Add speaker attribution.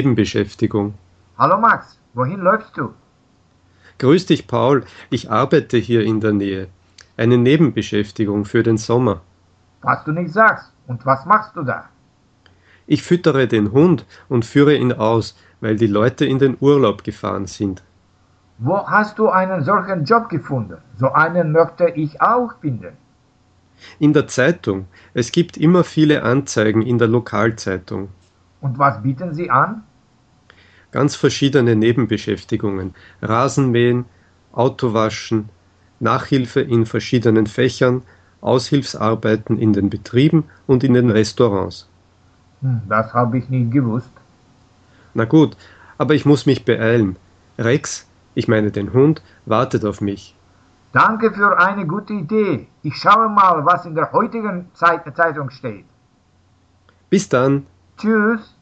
Speaker 1: Nebenbeschäftigung.
Speaker 2: Hallo Max, wohin läufst du?
Speaker 1: Grüß dich, Paul. Ich arbeite hier in der Nähe. Eine Nebenbeschäftigung für den Sommer.
Speaker 2: Was du nicht sagst. Und was machst du da?
Speaker 1: Ich füttere den Hund und führe ihn aus, weil die Leute in den Urlaub gefahren sind.
Speaker 2: Wo hast du einen solchen Job gefunden? So einen möchte ich auch finden.
Speaker 1: In der Zeitung. Es gibt immer viele Anzeigen in der Lokalzeitung.
Speaker 2: Und was bieten sie an?
Speaker 1: Ganz verschiedene Nebenbeschäftigungen. Rasenmähen, Autowaschen, Nachhilfe in verschiedenen Fächern, Aushilfsarbeiten in den Betrieben und in den Restaurants.
Speaker 2: Hm, das habe ich nicht gewusst.
Speaker 1: Na gut, aber ich muss mich beeilen. Rex, ich meine den Hund, wartet auf mich.
Speaker 2: Danke für eine gute Idee. Ich schaue mal, was in der heutigen Zeit Zeitung steht.
Speaker 1: Bis dann.
Speaker 2: Tschüss.